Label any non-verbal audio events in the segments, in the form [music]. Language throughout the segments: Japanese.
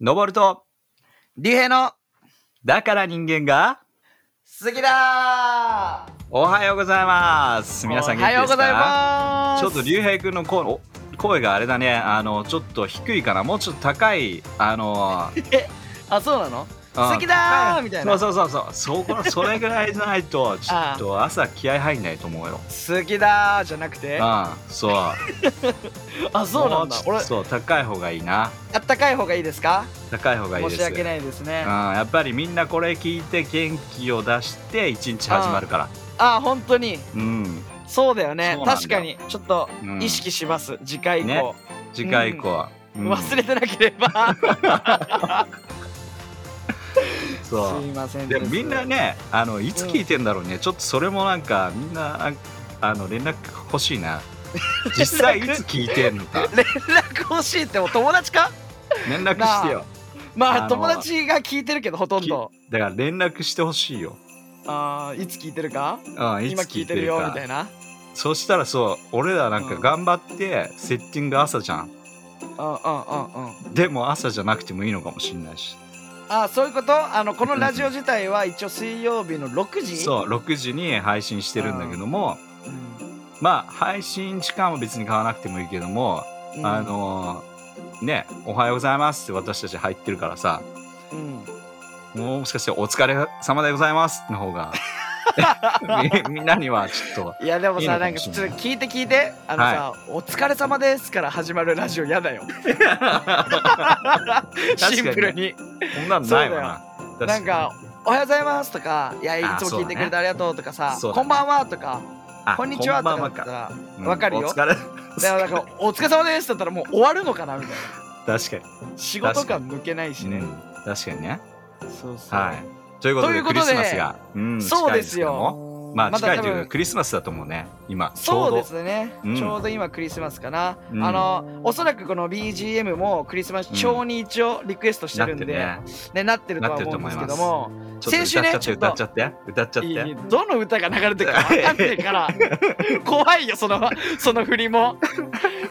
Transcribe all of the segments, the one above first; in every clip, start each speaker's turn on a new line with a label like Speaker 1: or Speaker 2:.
Speaker 1: 登ると、
Speaker 2: 竜兵の
Speaker 1: だから人間が、
Speaker 2: 好きだ
Speaker 1: おはようございます。
Speaker 2: ー
Speaker 1: 皆さん
Speaker 2: お
Speaker 1: 元
Speaker 2: は
Speaker 1: 気
Speaker 2: よう
Speaker 1: で
Speaker 2: ご
Speaker 1: す
Speaker 2: ざい
Speaker 1: か
Speaker 2: ます
Speaker 1: ちょっと竜兵くんの声お声があれだね、あの、ちょっと低いかな、もうちょっと高い、あ
Speaker 2: [laughs]
Speaker 1: の、
Speaker 2: あ、そうなの
Speaker 1: うん
Speaker 2: 好きだーみたいな
Speaker 1: そうそうそうそう、そこそれぐらいじゃない
Speaker 2: [laughs]
Speaker 1: と、ちょっと朝気合入んないと思うよ。
Speaker 2: 好きだーじゃなくてあ
Speaker 1: うん、そう。
Speaker 2: そうなん
Speaker 1: も
Speaker 2: だ
Speaker 1: ちょっと
Speaker 2: 俺、
Speaker 1: そう、高い方がいいな。
Speaker 2: あったかい方がいいですか
Speaker 1: 高い方がいいで
Speaker 2: 申
Speaker 1: す。
Speaker 2: し訳ないですねあ
Speaker 1: うん、やっぱりみんなこれ聞いて元気を出して一日始まるから。
Speaker 2: 本当に
Speaker 1: うん、
Speaker 2: そうだよね
Speaker 1: そうなんだよ
Speaker 2: 確かにちょっと
Speaker 1: うん
Speaker 2: 意識します次回以
Speaker 1: ね
Speaker 2: 降
Speaker 1: 次回以降は。うん
Speaker 2: 忘れてなければ
Speaker 1: [laughs] そ
Speaker 2: すいません
Speaker 1: う。で
Speaker 2: です
Speaker 1: もみんなね、あのいつ聞いてんだろうね、ちょっとそれもなんかみんななんあの連絡欲しい
Speaker 2: [laughs]
Speaker 1: な。実際いつ聞いてんのか
Speaker 2: 連絡欲しいってもう友達か
Speaker 1: 連絡してよあ
Speaker 2: ま
Speaker 1: の
Speaker 2: あ友達が聞いてるけどほとんど
Speaker 1: だから連絡してほしいよ、
Speaker 2: あーいつ聞いてるか
Speaker 1: うん、いつ
Speaker 2: 今
Speaker 1: 聞
Speaker 2: 聞
Speaker 1: い
Speaker 2: い
Speaker 1: て
Speaker 2: て
Speaker 1: る
Speaker 2: る
Speaker 1: か
Speaker 2: よみたいな
Speaker 1: そしたらそう俺らなんか
Speaker 2: うん
Speaker 1: 頑張ってセッティング朝じゃん
Speaker 2: うんうんうんうん
Speaker 1: でも朝じゃなくてもいいのかもしれないし
Speaker 2: あそういうことあのこのラジオ自体は一応水曜日の6時
Speaker 1: そう6時に配信してるんだけども、
Speaker 2: うん、
Speaker 1: まあ配信時間は別に買わなくてもいいけども、
Speaker 2: うん
Speaker 1: あ、のーね「おはようございます」って私たち入ってるからさ
Speaker 2: うん、
Speaker 1: もしかして「お疲れ様でございます」の方
Speaker 2: [laughs]
Speaker 1: がみみんなにはちょっ
Speaker 2: いやでも
Speaker 1: いい
Speaker 2: さ
Speaker 1: のか
Speaker 2: なん
Speaker 1: も
Speaker 2: か
Speaker 1: し
Speaker 2: ち
Speaker 1: れ
Speaker 2: ょっ
Speaker 1: な
Speaker 2: と
Speaker 1: い
Speaker 2: 聞いて聞いてあのさ、お疲れ様です」から始まるラジオやだよ
Speaker 1: かに
Speaker 2: シンプルに
Speaker 1: とこんなのないわな。
Speaker 2: なんか「おはようございます」とか「いやい
Speaker 1: あ
Speaker 2: つ
Speaker 1: そうだ
Speaker 2: も聞
Speaker 1: ね
Speaker 2: いてくれてありがとう」とかさ「
Speaker 1: そうだね
Speaker 2: こんばんは」とか「
Speaker 1: あ
Speaker 2: こんにちは」と
Speaker 1: こ
Speaker 2: か
Speaker 1: んば
Speaker 2: だ
Speaker 1: んは
Speaker 2: った
Speaker 1: からうん
Speaker 2: わかるよ
Speaker 1: お疲れ
Speaker 2: でもなんか「お疲れ様です」だったらもう終わるのかなみたい
Speaker 1: [laughs]
Speaker 2: な
Speaker 1: 確かに
Speaker 2: 仕事感抜けないしね、
Speaker 1: うん確かにね。
Speaker 2: そうそう、
Speaker 1: はい。ということ
Speaker 2: とい
Speaker 1: で
Speaker 2: うこ
Speaker 1: ク
Speaker 2: とで
Speaker 1: リスマスが、うん
Speaker 2: そうで
Speaker 1: 近いです
Speaker 2: すよ。
Speaker 1: けどもまあ
Speaker 2: まだ
Speaker 1: 近いという
Speaker 2: 多
Speaker 1: か
Speaker 2: 分
Speaker 1: クリスマスだと思うね今ちょう
Speaker 2: そう
Speaker 1: ど
Speaker 2: ですね、
Speaker 1: うん
Speaker 2: ちょうど今クリスマスかな、
Speaker 1: うん
Speaker 2: あのおそらくこの BGM もクリスマス調に一応リクエストして
Speaker 1: なっ
Speaker 2: るんで
Speaker 1: て、ね
Speaker 2: ね、なってるとは思うんですけども
Speaker 1: ちょっと
Speaker 2: 先週ねちょっと
Speaker 1: 歌っちゃって歌っちゃって
Speaker 2: い
Speaker 1: 歌っちゃっ、
Speaker 2: いどの歌が流れてるか分かんねえから怖いよそのその振りも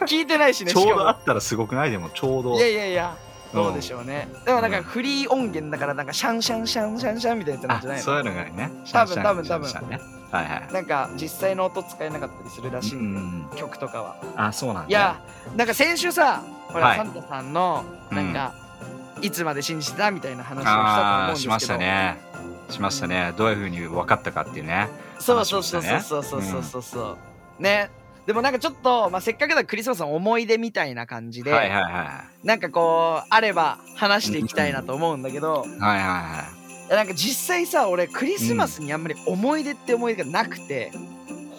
Speaker 2: 聞いてないしてねし
Speaker 1: ちょうどあ
Speaker 2: か
Speaker 1: ったらすごくないでもちょうど
Speaker 2: もいやいやいや
Speaker 1: うん
Speaker 2: どうでしょうね、でもなん
Speaker 1: う
Speaker 2: か
Speaker 1: ん
Speaker 2: フリー音源だからなんかシャンシャンシャンシャンシャンみたいなやつなん
Speaker 1: あ
Speaker 2: じゃない
Speaker 1: そう
Speaker 2: の
Speaker 1: いうのがね
Speaker 2: 多分
Speaker 1: シャンシャン
Speaker 2: 多分多分
Speaker 1: シャンシャンねはいはい
Speaker 2: なんか実際の音使えなかったりするらしい、
Speaker 1: うんうん
Speaker 2: 曲とかは
Speaker 1: うんあそうなんだ
Speaker 2: いやなんか先週さほら、
Speaker 1: はい
Speaker 2: サンタさんのなんか、いつまで信じてたみたいな話をしたと思
Speaker 1: あ
Speaker 2: う
Speaker 1: ー
Speaker 2: んですけ
Speaker 1: し
Speaker 2: ど
Speaker 1: ましたねしましたねどういうふうに分かったかっていうね
Speaker 2: そうそうそう
Speaker 1: 話をしたね
Speaker 2: そうそうそうそうそう、ねでもなんかちょっと、まあ、せっかくだからクリスマスの思い出みたいな感じで、
Speaker 1: はいはいは
Speaker 2: なんかこうあれば話していきたいなと思うんだけど、
Speaker 1: いはいはい
Speaker 2: やなんか実際さ俺クリスマスにあんまり思い出って思い出がなくて、
Speaker 1: いはい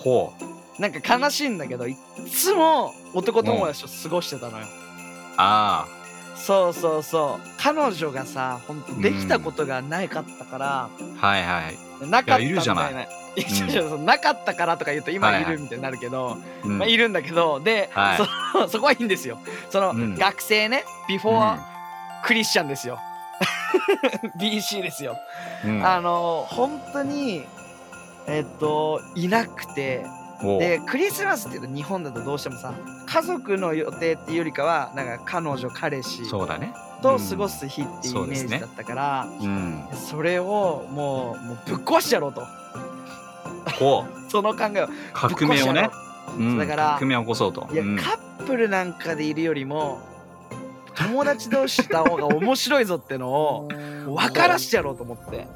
Speaker 1: ほう
Speaker 2: なんか悲しいんだけどいっつも男友達と過ごしてたのよ、
Speaker 1: あ
Speaker 2: そうそうそう彼女がさほんとできたことがないかったから、
Speaker 1: あはいはい
Speaker 2: なかった
Speaker 1: いやい
Speaker 2: み
Speaker 1: るじ
Speaker 2: た
Speaker 1: ゃ
Speaker 2: い
Speaker 1: ない
Speaker 2: ないやいやいやそうなかったからとか言うと
Speaker 1: は
Speaker 2: 今
Speaker 1: い
Speaker 2: い
Speaker 1: はい
Speaker 2: るみたいになるけど、
Speaker 1: うん
Speaker 2: まあ、いるんだけどで、
Speaker 1: はい
Speaker 2: [laughs] そそこはいいんですよその、
Speaker 1: うん
Speaker 2: 学生ねビフ
Speaker 1: うん
Speaker 2: ォークリスチャンですよ [laughs] BC ですよ、
Speaker 1: うん
Speaker 2: あの本当にえっといなくて
Speaker 1: ほう
Speaker 2: でクリスマスっていうと日本だとどうしてもさ家族の予定っていうよりかはなんか彼女彼氏
Speaker 1: そうだね
Speaker 2: と過ごす日っていうイメージだったから、
Speaker 1: うん
Speaker 2: それをもうもうぶっ壊してやろうと
Speaker 1: ほう
Speaker 2: その考えを
Speaker 1: 革命をね、うん
Speaker 2: だから
Speaker 1: 革命を起こそうと
Speaker 2: いや、
Speaker 1: うん
Speaker 2: カップルなんかでいるよりも友達同士した方が面白いぞっての
Speaker 1: [laughs]
Speaker 2: を分からしてやろうと思って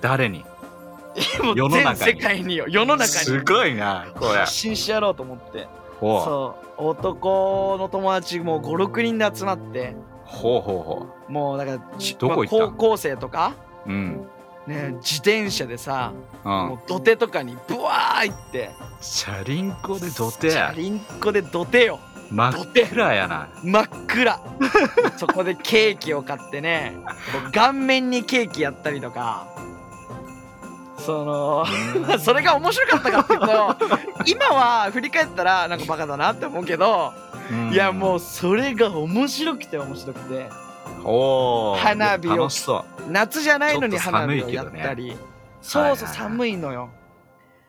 Speaker 1: 誰に
Speaker 2: もう
Speaker 1: 世の中に
Speaker 2: 全世界によ世の中
Speaker 1: す
Speaker 2: に
Speaker 1: ごいなこれ
Speaker 2: 発信してやろうと思って
Speaker 1: ほう
Speaker 2: そう男の友達も56人で集まって
Speaker 1: ほうほうほ
Speaker 2: もうだからじ
Speaker 1: どこ行った
Speaker 2: まあ高校生とか、
Speaker 1: ううん
Speaker 2: ね、自転車でさ、
Speaker 1: うん
Speaker 2: もう土手とかにブワーいって
Speaker 1: 車輪っこで土
Speaker 2: チャ
Speaker 1: 手
Speaker 2: リンコで土手よ
Speaker 1: 真っ暗やな
Speaker 2: 真っ
Speaker 1: [laughs]
Speaker 2: 暗そこでケーキを買ってねもう顔面にケーキやったりとかその [laughs] それが面白かったかって
Speaker 1: [laughs]
Speaker 2: いうと今は振り返ったらなんかバカだなって思うけど、
Speaker 1: うん
Speaker 2: いやもうそれが面白くて面白くて
Speaker 1: おー
Speaker 2: 花火を
Speaker 1: 楽しそう
Speaker 2: 夏じゃないの
Speaker 1: ち
Speaker 2: に
Speaker 1: ょっと
Speaker 2: 花
Speaker 1: 寒い
Speaker 2: 火を
Speaker 1: け
Speaker 2: や
Speaker 1: ど
Speaker 2: っ
Speaker 1: ね
Speaker 2: たり、そうそう
Speaker 1: はいはいはい
Speaker 2: 寒いのよ、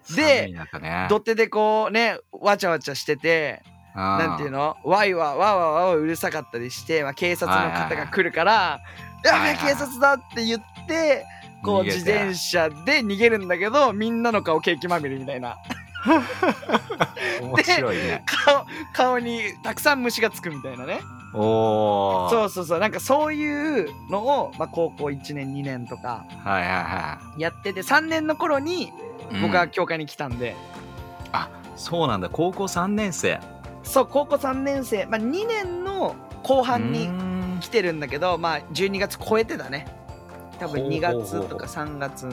Speaker 1: 寒
Speaker 2: で
Speaker 1: い中ね
Speaker 2: 土手でこうねわちゃわちゃしてて
Speaker 1: な
Speaker 2: なんていうのワイはワーワーワーワーうるさかったりして、まあ、警察の方が来るから「
Speaker 1: はいはい
Speaker 2: や
Speaker 1: はい
Speaker 2: べえ
Speaker 1: はいはい
Speaker 2: 警察だ!」って言ってこう自転車で逃げるんだけどみんなの顔ケーキまみれみたいな
Speaker 1: 面白いね。
Speaker 2: 顔顔にたくさん虫がつくみたいなね
Speaker 1: おお。
Speaker 2: そうそうそうなんかそういうのを、まあ、高校1年2年とか
Speaker 1: はいはいは
Speaker 2: やってて3年の頃に
Speaker 1: い。うん
Speaker 2: 僕は教会に来たんで、
Speaker 1: そうなんだ。高校三年生。
Speaker 2: そう高校3年生、まあ、2年の後半に
Speaker 1: うーん
Speaker 2: 来てるんだけどまあ12月超えてだね多分
Speaker 1: ほう
Speaker 2: 2
Speaker 1: ほうほう
Speaker 2: 月とか3月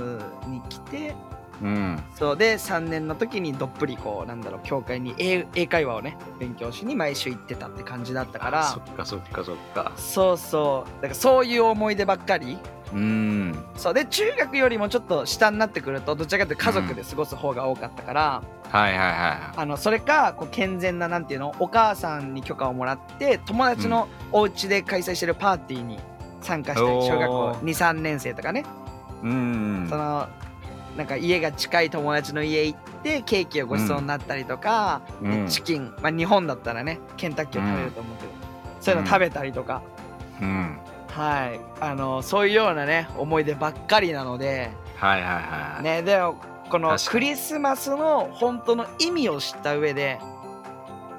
Speaker 2: に来て
Speaker 1: うん。
Speaker 2: そうで3年の時にどっぷりこうなんだろう教会に英英会話をね勉強しに毎週行ってたって感じだったか
Speaker 1: あそ
Speaker 2: ら
Speaker 1: っかそっかそっか。
Speaker 2: そうそうだからそういう思い出ばっかり
Speaker 1: うーん。
Speaker 2: そうで中学よりもちょっと下になってくるとどちらかというと家族で過ごす方が多かったから、
Speaker 1: はいはいは
Speaker 2: あのそれかこう健全ななんていうのお母さんに許可をもらって友達のお家で開催してるパーティーに参加したり、
Speaker 1: おー
Speaker 2: 小学校23年生とかね
Speaker 1: い。うーん
Speaker 2: そ。のなんか家が近い友達の家行ってケーキをごちそうになったりとか、
Speaker 1: うん
Speaker 2: チキン、まあ、日本だったらねケンタッキーを食べると思うけど、そういうの食べたりとか、
Speaker 1: うん。
Speaker 2: はいあのそういうようなね思い出ばっかりなので
Speaker 1: はいはいはい。。
Speaker 2: ねでもこの
Speaker 1: 確か
Speaker 2: ク
Speaker 1: に
Speaker 2: リスマスの本当の意味を知った上で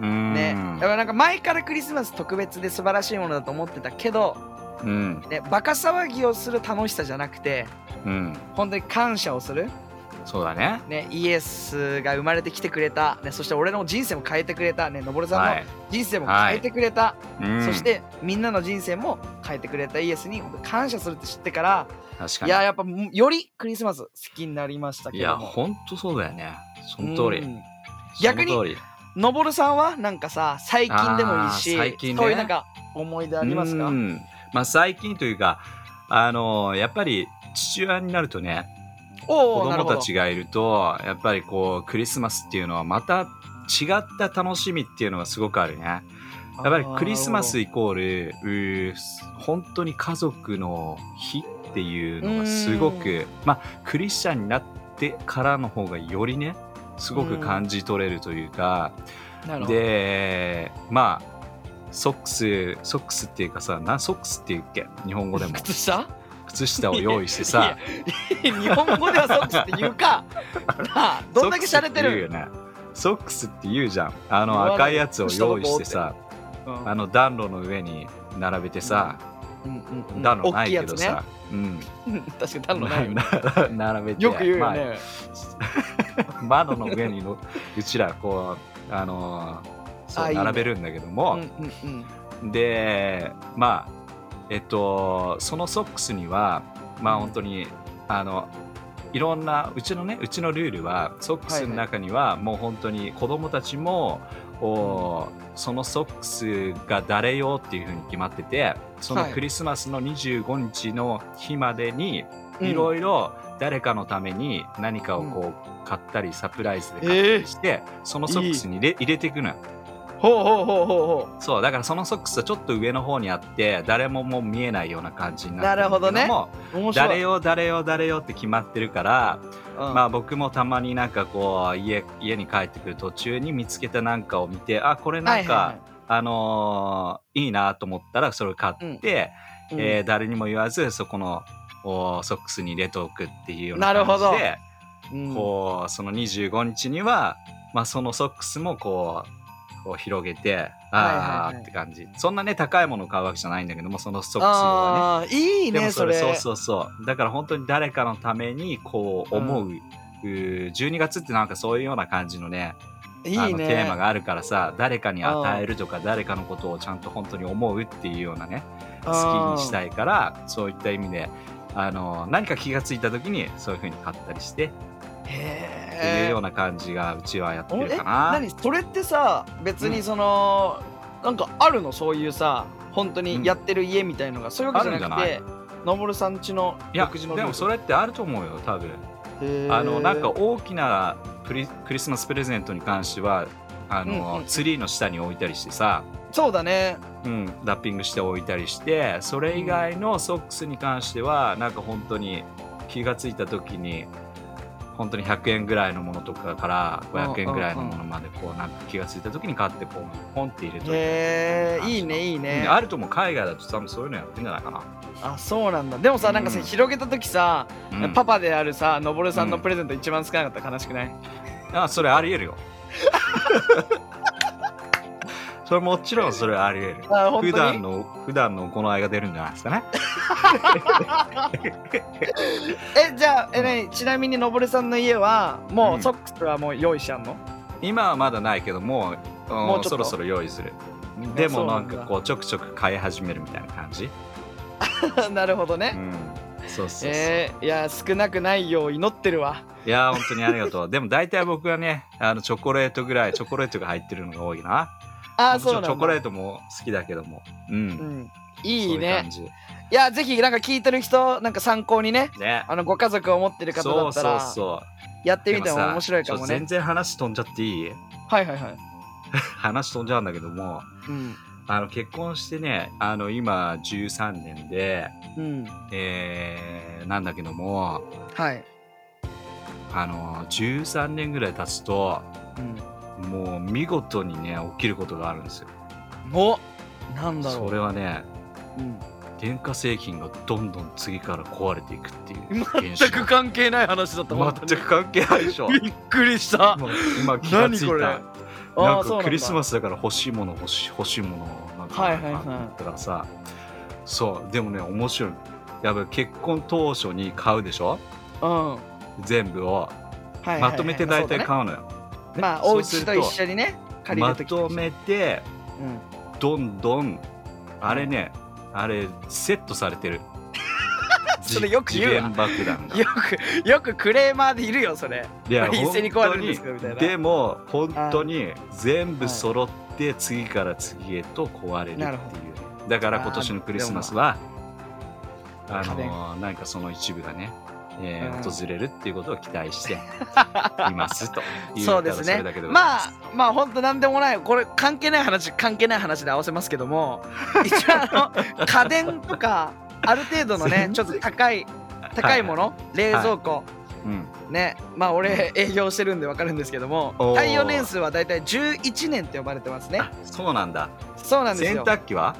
Speaker 1: うーん。
Speaker 2: ねだからなんか前からクリスマス特別で素晴らしいものだと思ってたけど、
Speaker 1: うん。
Speaker 2: ね、バカ騒ぎをする楽しさじゃなくて
Speaker 1: うん。
Speaker 2: 本当に感謝をする
Speaker 1: そうだね。
Speaker 2: ね、イエスが生まれてきてくれた、ね、そして俺の人生も変えてくれた、ね、のぼるさん
Speaker 1: は
Speaker 2: の
Speaker 1: い。
Speaker 2: 人生も変えてくれた、
Speaker 1: うん
Speaker 2: そしてみんなの人生も変えてくれたイエスに本当に感謝するって知ってから
Speaker 1: 確か
Speaker 2: い
Speaker 1: に。
Speaker 2: ややっぱもよりクリスマス好きになりましたけ
Speaker 1: い
Speaker 2: ど
Speaker 1: や、
Speaker 2: も
Speaker 1: ほんとそうだよね。その通
Speaker 2: う
Speaker 1: り。
Speaker 2: ん逆に
Speaker 1: その通り
Speaker 2: のぼるさんはなんかさ最近でもいいし
Speaker 1: あー最近ね
Speaker 2: そういうなんか思い出ありますか
Speaker 1: うんまあ、最近というか、あのやっぱり父親になるとね、
Speaker 2: お
Speaker 1: 子
Speaker 2: おな
Speaker 1: 供
Speaker 2: るほ
Speaker 1: た
Speaker 2: ど
Speaker 1: ちがいると、やっぱりこう、クリスマスっていうのはまた違った楽しみっていうのがすごくあるね。やっぱりクリスマスイコール、うー本当に家族の日っていうのがすごく、まあ、クリスチャンになってからの方がよりね、すごく感じ取れるというか、
Speaker 2: なるほど
Speaker 1: でまあソックスソックスっていうかさなソックスっていうっけ日本語
Speaker 2: [laughs]
Speaker 1: でも
Speaker 2: 靴下
Speaker 1: 靴下を用意してさ
Speaker 2: いや日本語ではソックスって言う
Speaker 1: [laughs]
Speaker 2: かなあどんだけ洒落てる
Speaker 1: ソックスって言うよねソックスって言うじゃんあ
Speaker 2: 言わな
Speaker 1: の
Speaker 2: い
Speaker 1: 赤いやつを用意してさ
Speaker 2: うん
Speaker 1: あの暖炉の上に並べてさ、
Speaker 2: うんうんうん
Speaker 1: 暖炉ないけどさ、
Speaker 2: 大きいやつね確かに暖
Speaker 1: [laughs]
Speaker 2: 炉ないよ
Speaker 1: うん
Speaker 2: ね
Speaker 1: 並べて
Speaker 2: よく言うよね、
Speaker 1: まあ窓の上にのうちらこうあのそう
Speaker 2: あいいね
Speaker 1: 並べるんだけども、
Speaker 2: うんうんうん
Speaker 1: でまあえっとそのソックスにはまあ
Speaker 2: うん
Speaker 1: 本当に、あのいろんなうちのねうちのルールはソックスの中にはもう本当に子供たちも、おーそのソックスが誰用っていうふうに決まっててその
Speaker 2: はい
Speaker 1: クリスマスの25日の日までに、
Speaker 2: うん
Speaker 1: いろいろ誰かのために何かをこう買ったりサプライズで買ったりして、そのソックスに入れ入れていくのよ。
Speaker 2: ほうほうほうほうほ
Speaker 1: そうだからそのソックスはちょっと上の方にあって誰ももう見えないような感じになってんだけ
Speaker 2: なるほ
Speaker 1: も
Speaker 2: う面白い
Speaker 1: 誰、よ誰よ誰よって決まってるから、
Speaker 2: うん
Speaker 1: まあ僕もたまになんかこう家家に帰ってくる途中に見つけたなんかを見てあこれなんか、
Speaker 2: はい
Speaker 1: あのーいいなと思ったらそれを買って、
Speaker 2: はいはい
Speaker 1: えー
Speaker 2: うん
Speaker 1: 誰にも言わずそこのおソックスに入れておくっていうような
Speaker 2: なる
Speaker 1: 感
Speaker 2: ほ
Speaker 1: じ
Speaker 2: ど
Speaker 1: で。
Speaker 2: うん
Speaker 1: こうその25日には、まあ、そのソックスもこうこう広げてあ
Speaker 2: はいはい
Speaker 1: あ
Speaker 2: はい
Speaker 1: って感じ、そんなね高いものを買うわけじゃないんだけどもそのソックスはね
Speaker 2: あーいい
Speaker 1: で
Speaker 2: ね
Speaker 1: も
Speaker 2: そ
Speaker 1: そ
Speaker 2: れ
Speaker 1: れそうそうそうだから本当に誰かのためにこう思う、うー12月ってなんかそういうような感じのね
Speaker 2: いい
Speaker 1: あ
Speaker 2: ね
Speaker 1: のテーマがあるからさ誰かに与えるとか誰かのことをちゃんと本当に思うっていうようなね好きにした
Speaker 2: い
Speaker 1: いからそういった意味であの何か気がついた時にそういうふうに買ったりしてって
Speaker 2: へ
Speaker 1: いう
Speaker 2: え
Speaker 1: ような感じがうちはやって
Speaker 2: お
Speaker 1: る
Speaker 2: え
Speaker 1: かな。
Speaker 2: 何それってさ別にその、なんかあるのそういうさ本当にやってる家みたいのが、そういうわけじゃなく
Speaker 1: ある
Speaker 2: てのぼるさん家の
Speaker 1: いや
Speaker 2: 独自の
Speaker 1: でもそれってあると思うよ多分
Speaker 2: れ
Speaker 1: あのなんか大きなプリクリスマスプレゼントに関してはあの、
Speaker 2: うんうん
Speaker 1: ツリーの下に置いたりしてさ、
Speaker 2: そうだね
Speaker 1: うん、ラッピングして置いたりしてそれ以外のソックスに関しては、なんか本当に気がついた時に本当に100円ぐらいのものとかから500
Speaker 2: うんうんう
Speaker 1: 円
Speaker 2: ん
Speaker 1: ぐらいのものまでこうなんか気がついた時に買ってこうポンって入れといて、
Speaker 2: へえいいねいいね
Speaker 1: あるともう海外だと多分そういうのやってんじゃないか
Speaker 2: あそうなんだでもさなんかさ
Speaker 1: うん
Speaker 2: 広げた時さ、
Speaker 1: な、うん
Speaker 2: パパであるさのぼるさんのプレゼント一番少なかったら悲しくない、
Speaker 1: あそれありえるよ [laughs] それもちろんそれありえる
Speaker 2: あ本当に
Speaker 1: 普段の普段の行いが出るんじゃないですかね
Speaker 2: えじゃあえ、ね、ちなみにのぼるさんの家はも
Speaker 1: う
Speaker 2: うんソックスはもう用意しちゃうの、 [laughs]
Speaker 1: 今はまだないけどもう
Speaker 2: もうちょ
Speaker 1: そ
Speaker 2: っと
Speaker 1: ろそろ用意するで
Speaker 2: そ
Speaker 1: も
Speaker 2: う
Speaker 1: な
Speaker 2: なん
Speaker 1: ん
Speaker 2: だ
Speaker 1: かこうちょくちょく買い始めるみたいな感じ、
Speaker 2: なるほど
Speaker 1: う
Speaker 2: ね、
Speaker 1: ん、そうそうそう、
Speaker 2: えーいや少なくないよう祈ってるわ
Speaker 1: いやー本当にありがとうでも大体僕はねあのチョコレートぐらいチョコレートが入ってるのが多いな
Speaker 2: あー
Speaker 1: もち
Speaker 2: そう
Speaker 1: ろ
Speaker 2: なんんだ
Speaker 1: チョコレートも好きだけどもうん、
Speaker 2: うんいい
Speaker 1: そういう
Speaker 2: ね
Speaker 1: 感じ
Speaker 2: いやぜひなんか聞いてる人なんか参考にね
Speaker 1: ね
Speaker 2: あのご家族を持ってる方だ
Speaker 1: そ
Speaker 2: っ
Speaker 1: う
Speaker 2: た
Speaker 1: そう
Speaker 2: ら
Speaker 1: そう
Speaker 2: やってみて
Speaker 1: で
Speaker 2: も
Speaker 1: さ
Speaker 2: 面白いかも
Speaker 1: ちょ
Speaker 2: ね
Speaker 1: 全然話飛んじゃっていい [laughs]
Speaker 2: はいはいはい、
Speaker 1: 話飛んじゃうんだけども
Speaker 2: うん
Speaker 1: あの結婚してねあの今13年で
Speaker 2: うん、
Speaker 1: えー、なんだけども
Speaker 2: はい、
Speaker 1: あの13年ぐらい経つと
Speaker 2: うん、
Speaker 1: もう見事にね起きることがあるんですよ
Speaker 2: おなんだろう
Speaker 1: それはね
Speaker 2: うん
Speaker 1: 電化製品がどんどん次から壊れていくっていう
Speaker 2: 全く関係ない話だった本当に
Speaker 1: 全く関係ないでしょ
Speaker 2: びっくりした
Speaker 1: 今今気がつい
Speaker 2: 何これ
Speaker 1: たなんかクリスマスだから欲しいもの欲しい欲しいものなんか
Speaker 2: はいはいはい
Speaker 1: だからさそうでもね面白いやべ結婚当初に買うでしょ
Speaker 2: ス、うんはい
Speaker 1: 全部を
Speaker 2: はいはい
Speaker 1: まとめて大体
Speaker 2: そうだね
Speaker 1: 買うのよ、
Speaker 2: まあお
Speaker 1: そうす
Speaker 2: 家
Speaker 1: る
Speaker 2: と一緒にね借り
Speaker 1: ま
Speaker 2: るとき
Speaker 1: とめて
Speaker 2: うん、 [laughs]
Speaker 1: どんどんあれねあれセットされてる
Speaker 2: それよく言うわ
Speaker 1: 次元爆弾が
Speaker 2: よくよくクレーマーでいるよそれ
Speaker 1: いや
Speaker 2: こ [laughs] れ一斉に壊れるんですかみたいな
Speaker 1: 本当にでも本当に全部揃って次から次へと壊れるってい
Speaker 2: なる
Speaker 1: う
Speaker 2: ほ
Speaker 1: だから今年のクリスマスはあ
Speaker 2: でも
Speaker 1: のーなんかその一部がね、えー
Speaker 2: うん
Speaker 1: 訪れるっていうことを期待していますと
Speaker 2: [laughs]
Speaker 1: いう
Speaker 2: そうです
Speaker 1: ただ
Speaker 2: ね
Speaker 1: れだけでござい
Speaker 2: ま
Speaker 1: ます
Speaker 2: あまあ本当なんでもないこれ関係ない話関係ない話で合わせますけ
Speaker 1: [laughs]
Speaker 2: ども一応あの家電とかある程度のね
Speaker 1: 全然
Speaker 2: ちょっと高い高いもの、冷蔵庫、
Speaker 1: うん
Speaker 2: ねまあ俺営業してるんでわかるんですけども
Speaker 1: おー
Speaker 2: 耐用年数はだいたい11年って呼ばれてますね
Speaker 1: あそうなんだ
Speaker 2: そうなんです
Speaker 1: 洗
Speaker 2: よ
Speaker 1: 濯機は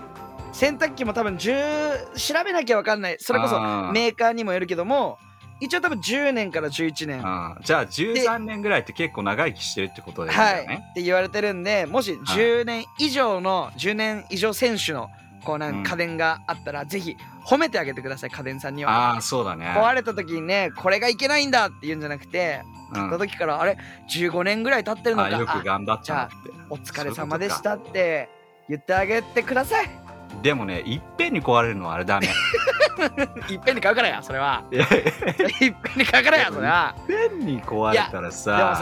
Speaker 2: 洗濯機も多分10調べなきゃわかんないそれこそ
Speaker 1: あー
Speaker 2: メーカーにもよるけども一応多分10年から11年は
Speaker 1: あーじゃあ13年ぐらいって結構長生きしてるってことですよ
Speaker 2: いっ
Speaker 1: ね、
Speaker 2: て言われてるんでもし10年以上の10年以上選手のこうな
Speaker 1: うんん
Speaker 2: か家電があったらぜひ褒めてあげてください家電さんには
Speaker 1: ああそうだね
Speaker 2: 壊れた時にねこれがいけないんだって言うんじゃなくて
Speaker 1: う
Speaker 2: 買
Speaker 1: ん
Speaker 2: った時からあれ15年ぐらい経ってるの
Speaker 1: あ
Speaker 2: か
Speaker 1: よ
Speaker 2: あ
Speaker 1: く頑張ったなって
Speaker 2: お疲れ様でしたって言ってあげてくださ
Speaker 1: [laughs]
Speaker 2: い
Speaker 1: でもねいっぺんに壊れるのはあれだね
Speaker 2: いっぺんに買うからやそれは
Speaker 1: いやいやい
Speaker 2: いっぺんに買うからやそれは
Speaker 1: やいっぺんに壊れたら
Speaker 2: でもさ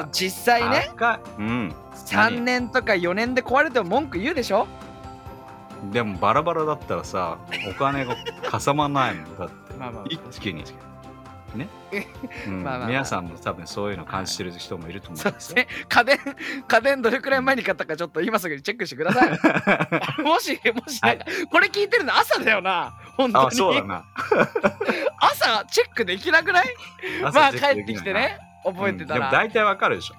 Speaker 1: さ
Speaker 2: 実際ね
Speaker 1: 高いうん
Speaker 2: 3年とか4年で壊れても文句言うでしょ
Speaker 1: でもバラバラだったらさお金がかさまないもんだって
Speaker 2: まあまあ
Speaker 1: 一気にね、うん
Speaker 2: まあまあまあ
Speaker 1: 皆さんも多分そういうの感じてる人もいると思
Speaker 2: そううんで
Speaker 1: ですすよ、
Speaker 2: ね家電家電どれくらい前に買ったかちょっと今すぐにチェックしてください
Speaker 1: [laughs]
Speaker 2: もしもし、なんかこれ聞いてるの朝だよな本当に
Speaker 1: あそうだな
Speaker 2: 朝チェックできなくないまあ
Speaker 1: 朝
Speaker 2: 帰
Speaker 1: チェック
Speaker 2: って
Speaker 1: で
Speaker 2: き
Speaker 1: な
Speaker 2: て
Speaker 1: いな
Speaker 2: ね覚え
Speaker 1: う
Speaker 2: てた
Speaker 1: んでも
Speaker 2: ら、
Speaker 1: 大体わかるでしょ、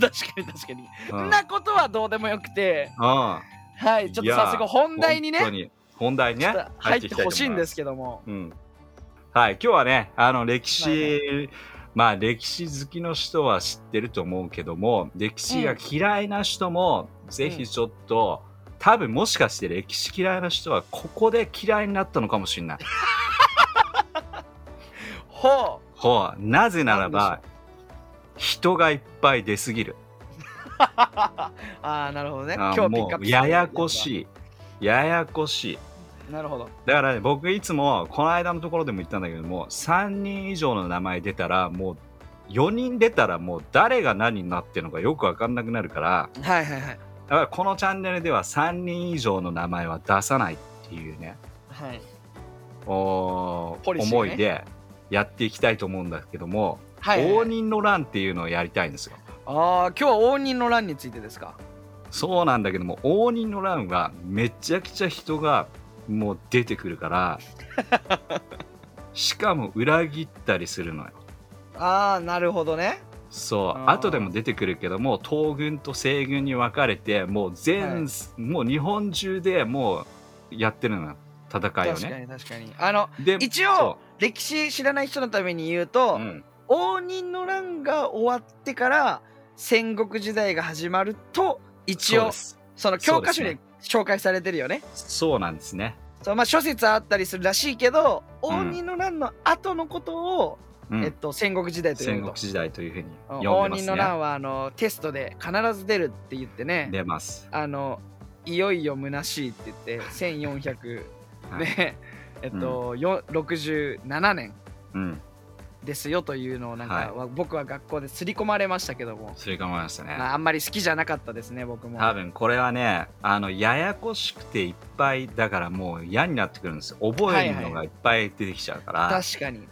Speaker 2: 確かに確かに、
Speaker 1: うん
Speaker 2: そんなことはどうでもよくて
Speaker 1: うん
Speaker 2: はいちょっ
Speaker 1: い
Speaker 2: と
Speaker 1: や
Speaker 2: 早速本題にね
Speaker 1: 本当に本題に
Speaker 2: ちょっ
Speaker 1: ね
Speaker 2: と入ってほしいんですけども
Speaker 1: うん。はい、今日はね、あの歴史、まあ歴史好きの人は知ってると思うけども、歴史が嫌いな人も、ぜひちょっと、多分もしかして歴史嫌いな人はここで嫌いになったのかもしれない。
Speaker 2: ほう [laughs]
Speaker 1: ほう、なぜなら
Speaker 2: なん
Speaker 1: ば、人がいっぱい出すぎる。
Speaker 2: ああなるほどね。今
Speaker 1: あ
Speaker 2: 日ピッ
Speaker 1: も
Speaker 2: クアップ
Speaker 1: う、ややこしい。ややこしい。
Speaker 2: い。なるほど。
Speaker 1: だからね、僕いつもこの間のところでも言ったんだけども3人以上の名前出たらもう4人出たらもう誰が何になってるのかよく分かんなくなるから
Speaker 2: はいはいはい。
Speaker 1: だからこのチャンネルでは3人以上の名前は出さないっていうね
Speaker 2: はい。
Speaker 1: お
Speaker 2: ポリシーね
Speaker 1: 思いでやっていきたいと思うんだけども、
Speaker 2: はい、
Speaker 1: 応仁の乱っていうのをやりたいんですよ。
Speaker 2: ああ、今日は応仁の乱についてですか。
Speaker 1: そうなんだけども応仁の乱はめちゃくちゃ人がもう
Speaker 2: [laughs]
Speaker 1: 出てくるからしかも裏切ったりするのよ。
Speaker 2: ああなるほどね
Speaker 1: そう
Speaker 2: あー
Speaker 1: 後でも出てくるけども東軍と西軍に分かれてもう全、もう日本中でもうやってるのよ戦いを
Speaker 2: 確か
Speaker 1: ね
Speaker 2: に確かにあの
Speaker 1: で
Speaker 2: 一応歴史知らない人のために言うと、
Speaker 1: そう、うん
Speaker 2: 応仁の乱が終わってから戦国時代が始まると一
Speaker 1: そう
Speaker 2: 応
Speaker 1: で
Speaker 2: そ
Speaker 1: す
Speaker 2: の教科書
Speaker 1: そう
Speaker 2: に
Speaker 1: で
Speaker 2: 紹介されてるよね
Speaker 1: そうなんですね、
Speaker 2: そうまあ諸説あったりするらしいけど
Speaker 1: ん
Speaker 2: 応仁の乱の後のことを、
Speaker 1: うん
Speaker 2: えっと、戦国時代とい
Speaker 1: 戦
Speaker 2: う
Speaker 1: 国
Speaker 2: と
Speaker 1: 時代というふうに
Speaker 2: うん
Speaker 1: 呼
Speaker 2: 応
Speaker 1: んでま
Speaker 2: 仁の
Speaker 1: すね
Speaker 2: 乱はあのテストで必ず出るって言ってね
Speaker 1: 出ます、
Speaker 2: あのいよいよ虚しいって言って1400
Speaker 1: はい
Speaker 2: ね、 [laughs] えっと、よ67年
Speaker 1: うん
Speaker 2: ですよというのをなんか、
Speaker 1: はい
Speaker 2: わ僕は学校ですり込まれましたけども、
Speaker 1: それか思いましたね
Speaker 2: まあ、あんまり好きじゃなかったですね僕も
Speaker 1: 多分これはねあのややこしくていっぱいだからもう嫌になってくるんですよ覚えるのがいっぱい出てきちゃうから、
Speaker 2: 確かに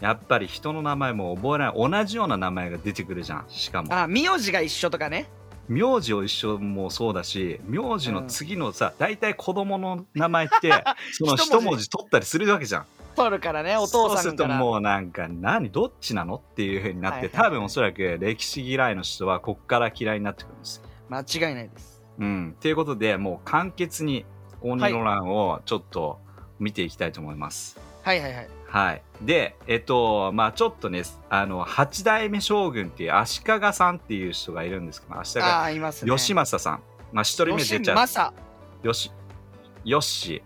Speaker 1: やっぱり人の名前も覚えない同じような名前が出てくるじゃんしかも
Speaker 2: あ名字が一緒とかね
Speaker 1: 名字を一緒もそうだし名字の次のさ、大体子供の名前ってその
Speaker 2: [laughs] 一文字
Speaker 1: 一文字取ったりするわけじゃん
Speaker 2: 取るからねお父
Speaker 1: そうす
Speaker 2: さ
Speaker 1: る
Speaker 2: ん
Speaker 1: と
Speaker 2: から
Speaker 1: もうなんか何どっちなのっていうふうになって、
Speaker 2: はいはいはい
Speaker 1: 多分おそらく歴史嫌いの人はこっから嫌いになってくるんですよ
Speaker 2: 間違いないです
Speaker 1: うんということでもう簡潔に応仁の乱をちょっと見ていきたいと思います
Speaker 2: はいはいはい
Speaker 1: はい、でえっとまあちょっとねあの八代目将軍っていう足利さんっていう人がいるんですけど足利
Speaker 2: ああいますね
Speaker 1: 義政さんまあ一人目出ち
Speaker 2: 吉
Speaker 1: ゃう
Speaker 2: 政
Speaker 1: よしよし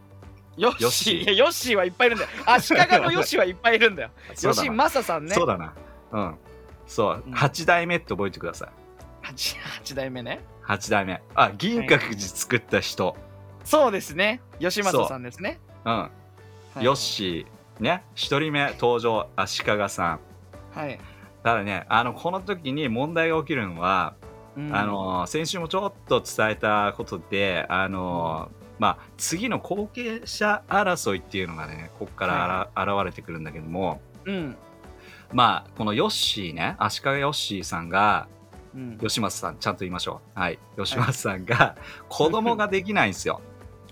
Speaker 2: よ
Speaker 1: よ
Speaker 2: し
Speaker 1: し
Speaker 2: いやよしはいっぱいいるんだよ足利のよしはいっぱいいるんだよ
Speaker 1: [laughs] そ
Speaker 2: よ
Speaker 1: うだ
Speaker 2: し
Speaker 1: な、
Speaker 2: まささんね
Speaker 1: そうだなうんそう、
Speaker 2: うん
Speaker 1: 八代目って覚えてください
Speaker 2: 8, 8代目ね
Speaker 1: 八代目あ銀閣寺作った人、
Speaker 2: そうですね吉政さんですね、
Speaker 1: うんよしね一人目登場足利さん
Speaker 2: はい、
Speaker 1: ただねあのこの時に問題が起きるのは
Speaker 2: うん
Speaker 1: あのー先週もちょっと伝えたことで、あのーまあ、次の後継者争いっていうのがねここからあら、現れてくるんだけども、
Speaker 2: うん
Speaker 1: まあ、このヨッシーね足利ヨッシーさんが
Speaker 2: うん
Speaker 1: 吉松さんちゃんと言いましょうはい吉松さん
Speaker 2: [laughs]
Speaker 1: が子供ができないんですよ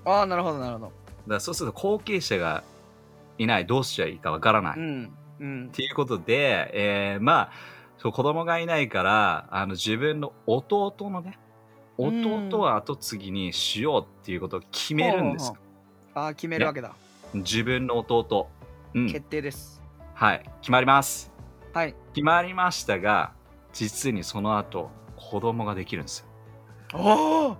Speaker 2: ああなるほどなるほど
Speaker 1: だからそうすると後継者がいないどうしたらいいかわからない、
Speaker 2: う
Speaker 1: っ
Speaker 2: んうん
Speaker 1: ていうことで、えーまあそう子供がいないからあの自分の弟のね
Speaker 2: うん
Speaker 1: 弟は後継ぎにしようっていうことを決めるんですよ
Speaker 2: ああ決めるわけだ、
Speaker 1: 自分の弟、うん
Speaker 2: 決、定です
Speaker 1: はい決まります
Speaker 2: はい
Speaker 1: 決まりましたが実にその後子供ができるんですよ
Speaker 2: おお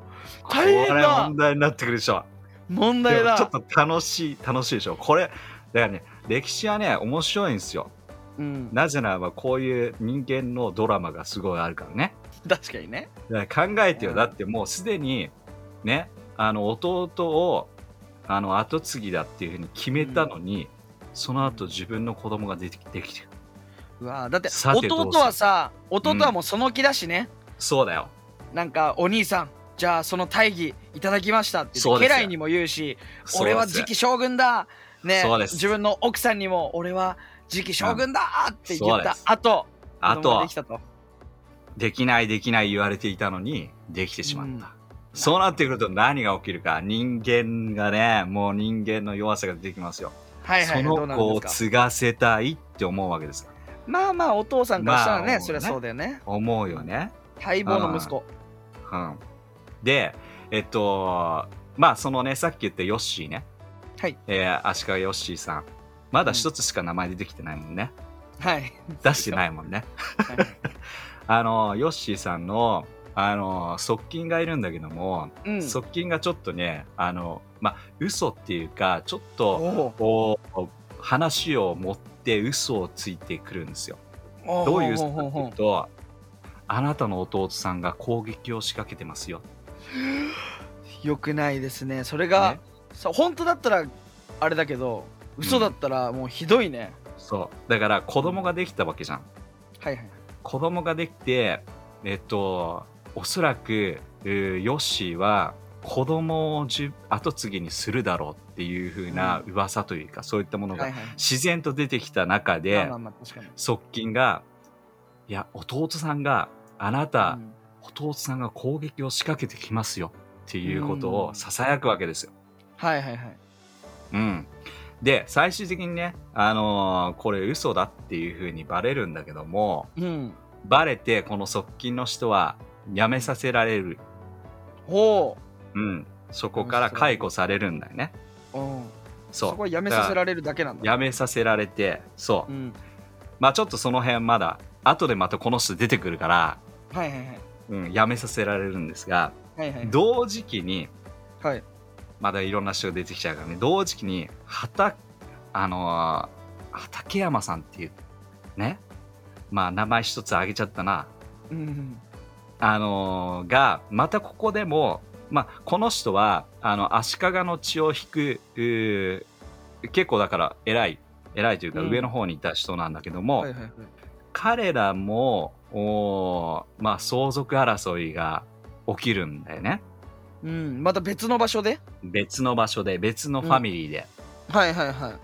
Speaker 2: 大変だ
Speaker 1: これ問題になってくるでしょ
Speaker 2: 問題だ
Speaker 1: でもちょっと楽しい楽しいでしょこれだからね歴史はね面白いんですよ
Speaker 2: うん、
Speaker 1: なぜならばこういう人間のドラマがすごいあるからね
Speaker 2: 確かにね
Speaker 1: だから考えてよ、
Speaker 2: うん
Speaker 1: だってもうすでにねあの弟をあの後継ぎだっていうふうに決めたのに、その後自分の子供ができできてる
Speaker 2: うわーだって
Speaker 1: さてどうする
Speaker 2: 弟はさ弟はもうその気だしね、
Speaker 1: そうだよ
Speaker 2: なんかお兄さんじゃあその大義いただきましたって言
Speaker 1: そ
Speaker 2: っ
Speaker 1: う
Speaker 2: て
Speaker 1: で
Speaker 2: 家
Speaker 1: すよ
Speaker 2: 来にも言うし
Speaker 1: そう
Speaker 2: 俺は
Speaker 1: です
Speaker 2: 次期将軍だね
Speaker 1: そうです
Speaker 2: 自分の奥さんにも俺は次期将軍だって言
Speaker 1: そう
Speaker 2: っ
Speaker 1: で
Speaker 2: た
Speaker 1: す
Speaker 2: 後
Speaker 1: あ
Speaker 2: 子供が
Speaker 1: と
Speaker 2: できたと
Speaker 1: できないできない言われていたのにできてしまった、
Speaker 2: うん
Speaker 1: そうなってくると何が起きるか人間がねもう人間の弱さが出てきますよ、
Speaker 2: はいはいど
Speaker 1: そうの
Speaker 2: なる
Speaker 1: 子
Speaker 2: ん
Speaker 1: を
Speaker 2: ですか
Speaker 1: 継がせたいって思うわけですよ
Speaker 2: まあまあお父さんからしたらね、
Speaker 1: まあ
Speaker 2: そりゃそうだよね
Speaker 1: 思うよね
Speaker 2: 待望の息子
Speaker 1: うん、でえっとまあそのねさっき言ったヨッシーね
Speaker 2: はい
Speaker 1: えー、足利ヨッシーさんまだ一つしか名前出てきてないもんね、
Speaker 2: はい
Speaker 1: 出してないもんね
Speaker 2: はい
Speaker 1: あのヨッシーさんのあの側近がいるんだけども、
Speaker 2: うん
Speaker 1: 側近がちょっとねあのまあ嘘っていうかちょっ
Speaker 2: お
Speaker 1: と
Speaker 2: お
Speaker 1: こう話を持って嘘をついてくるんですよ
Speaker 2: お
Speaker 1: どういう
Speaker 2: ほ
Speaker 1: 嘘
Speaker 2: う
Speaker 1: か
Speaker 2: ほ
Speaker 1: っ
Speaker 2: う
Speaker 1: て
Speaker 2: ほう
Speaker 1: いうとあなたの弟さんが攻撃を仕掛けてますよ、
Speaker 2: よくないですねそれが、
Speaker 1: ね
Speaker 2: そう本当だったらあれだけど嘘だったらもうひどいね、
Speaker 1: そうだから子供ができたわけじゃん
Speaker 2: はいはい
Speaker 1: 子供ができてえっとおそらくうーヨッシーは子供をじゅ後継ぎにするだろうっていう風な噂というか、そういったもの
Speaker 2: はい
Speaker 1: が
Speaker 2: はい
Speaker 1: 自然と出てきた中で、
Speaker 2: まあまあまあ確かに
Speaker 1: 側近が「いや弟さんがあなた、
Speaker 2: うん
Speaker 1: 弟さんが攻撃を仕掛けてきますよ」っていうことをささやくわけですよ。
Speaker 2: はいはいはい
Speaker 1: うん、で最終的にね、あのーこれ嘘だっていう風にバレるんだけども
Speaker 2: うん。
Speaker 1: バレてこの側近の人は辞めさせられる、
Speaker 2: ほ
Speaker 1: うん、そこから解雇されるんだよね
Speaker 2: う。うん。
Speaker 1: そう
Speaker 2: そこはやめさせられるだけなんだ。
Speaker 1: 辞めさせられてそう、
Speaker 2: うん。
Speaker 1: まあちょっとその辺まだ後でまたこの人出てくるから、
Speaker 2: はいはいはい。
Speaker 1: うん、辞めさせられるんですが
Speaker 2: はいはい。
Speaker 1: 同時期に
Speaker 2: はい。
Speaker 1: まだいろんな人が出てきちゃうからね同時期に畑あのー畠山さんっていうねまあ名前一つ挙げちゃったな
Speaker 2: うん。
Speaker 1: あのーがまたここでも、まあ、この人はあの足利の血を引くうー結構だから偉い偉いというか
Speaker 2: うん
Speaker 1: 上の方にいた人なんだけども、
Speaker 2: はいはいはい。
Speaker 1: 彼らもおー、まあ、相続争いが起きるんだよね
Speaker 2: うん。また別の場所で
Speaker 1: 別の場所で別のファミリーで、
Speaker 2: はいはいはい。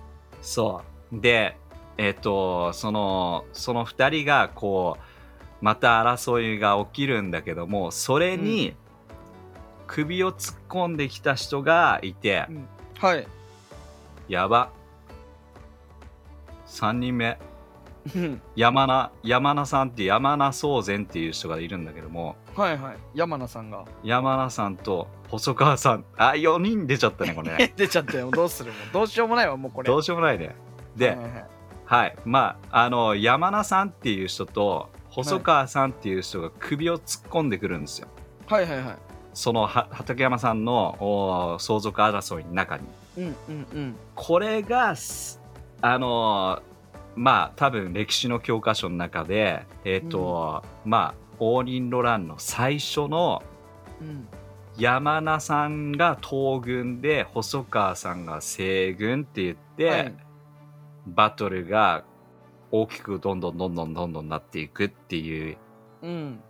Speaker 1: そうでえっ、とそのその2人がこうまた争いが起きるんだけどもそれに首を突っ込んできた人がいて、
Speaker 2: うんはい。
Speaker 1: やば3人目
Speaker 2: うん
Speaker 1: 山名山名さんって山名宗善っていう人がいるんだけども
Speaker 2: はいはい。山名さんが。
Speaker 1: 山名さんと細川さんあ4人出ちゃったねこれ
Speaker 2: [laughs]
Speaker 1: ね
Speaker 2: [laughs] 出ちゃったよ。どうするもうどうしようもないわ、もうこれ。
Speaker 1: どうしようもないねで、
Speaker 2: はいはい
Speaker 1: はい、まああの山名さんっていう人と細川さんっていう人が首を突っ込んでくるんですよ、
Speaker 2: はいはいは
Speaker 1: そのは畠山さんのおー相続争いの中に
Speaker 2: い。うんうんうん。
Speaker 1: これがすあのーまあ多分歴史の教科書の中でえっ、と、まあ応仁の乱の最初の
Speaker 2: うん。
Speaker 1: 山名さんが東軍で細川さんが西軍って言って、
Speaker 2: はい
Speaker 1: バトルが大きくどんどんどんどんどんどんなっていくっていう
Speaker 2: うん。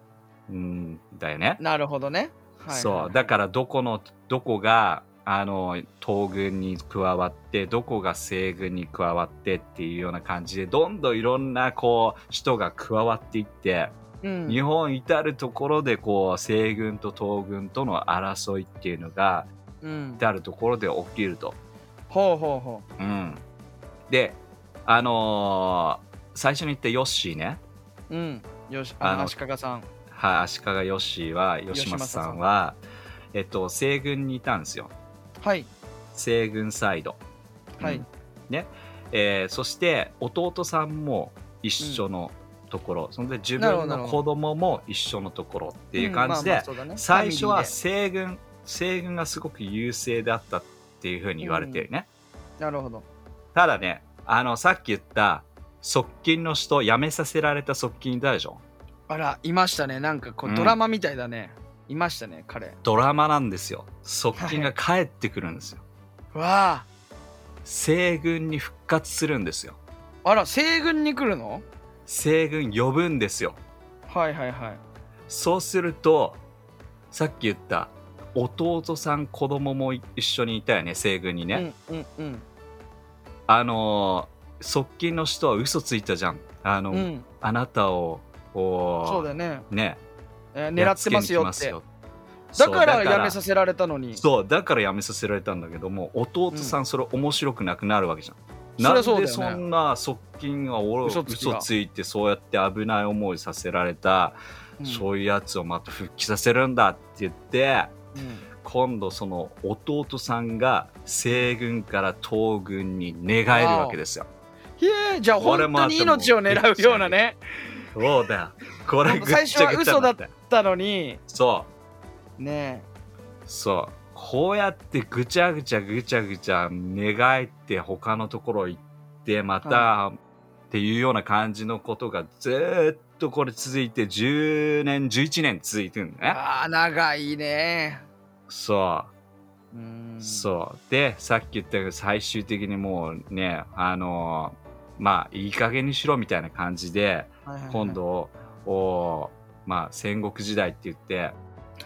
Speaker 1: うんだよね。
Speaker 2: なるほどね。はい
Speaker 1: そうだからどこのどこがあの東軍に加わってどこが西軍に加わってっていうような感じでどんどんいろんなこう人が加わっていって、
Speaker 2: ら、うん、
Speaker 1: 日本至る所でこう西軍と東軍との争いっていうのが
Speaker 2: うん、
Speaker 1: 至る所で起きると。
Speaker 2: ほうほうほ
Speaker 1: うん、であのー最初に言ったヨッシーね、
Speaker 2: う。うん。よし、あ
Speaker 1: あの
Speaker 2: の、足利さん。
Speaker 1: はい、足利ヨッシーは吉松さんはえっと西軍にいたんですよ
Speaker 2: はい。
Speaker 1: 西軍サイド、
Speaker 2: はい
Speaker 1: うんねえーそして弟さんも一緒のところ、そんで自
Speaker 2: なるほど
Speaker 1: 分
Speaker 2: なる
Speaker 1: の
Speaker 2: ほど
Speaker 1: 子供も一緒のところっていう感じ
Speaker 2: んまあま
Speaker 1: で
Speaker 2: あそうだね
Speaker 1: 最初は
Speaker 2: ファミリ
Speaker 1: 西軍西軍がすごく優勢であったっていうふうに言われてるね、
Speaker 2: ーでなるほど。
Speaker 1: ただねあのさっき言った側近の人辞めさせられた側近いたでしょ
Speaker 2: あら、いましたね。なんかこ
Speaker 1: う
Speaker 2: う、
Speaker 1: ん
Speaker 2: ドラマみたいだね。いましたね、彼。
Speaker 1: ドラマなんですよ側近が帰ってくるんですよ
Speaker 2: わあ。
Speaker 1: 西軍に復活するんですよ
Speaker 2: あら、西軍に来るの
Speaker 1: 西軍呼ぶんですよ
Speaker 2: はいはいはい。
Speaker 1: そうするとさっき言った弟さん子供も一緒にいたよね西軍にね、
Speaker 2: うんうんうん。
Speaker 1: あのー側近の人は嘘ついたじゃんあの、
Speaker 2: うん、
Speaker 1: あなたをこう
Speaker 2: そうだよね、
Speaker 1: ね
Speaker 2: えー狙ってますよ
Speaker 1: や
Speaker 2: って
Speaker 1: つけに来
Speaker 2: だから
Speaker 1: そう
Speaker 2: やめさせられたのにそ
Speaker 1: そうだからやめさせられたんだけども弟さんそれ面白くなくなるわけじゃん、
Speaker 2: り
Speaker 1: な
Speaker 2: ゃ
Speaker 1: ん
Speaker 2: そうだ
Speaker 1: で
Speaker 2: よ
Speaker 1: そ
Speaker 2: ね
Speaker 1: んな側近が俺を
Speaker 2: 嘘つきが
Speaker 1: 嘘ついてそうやって危ない思いさせられた、
Speaker 2: うん
Speaker 1: そういうやつをまた復帰させるんだって言って
Speaker 2: うん
Speaker 1: 今度その弟さんが西軍から東軍に寝返るわけですよ。
Speaker 2: ひえじゃあ
Speaker 1: こ
Speaker 2: 本
Speaker 1: れもあ
Speaker 2: 当
Speaker 1: って
Speaker 2: に
Speaker 1: も
Speaker 2: 命を狙うようなね
Speaker 1: そうだよ。これぐっちゃぐちゃ
Speaker 2: 最初は嘘だっ
Speaker 1: になって
Speaker 2: たのに
Speaker 1: そう。
Speaker 2: ね
Speaker 1: そうこうやってぐちゃぐちゃぐちゃぐちゃ寝返って他のところ行ってまた、っていうような感じのことがずーっとこれ続いて10年11年続いてるん
Speaker 2: え
Speaker 1: だね
Speaker 2: ああ長いね
Speaker 1: そうう、
Speaker 2: ん
Speaker 1: そうでさっき言ったように最終的にもうねあのーまあいい加減にしろみたいな感じで
Speaker 2: はいはいはい
Speaker 1: 今度、おーまあ、戦国時代って言って、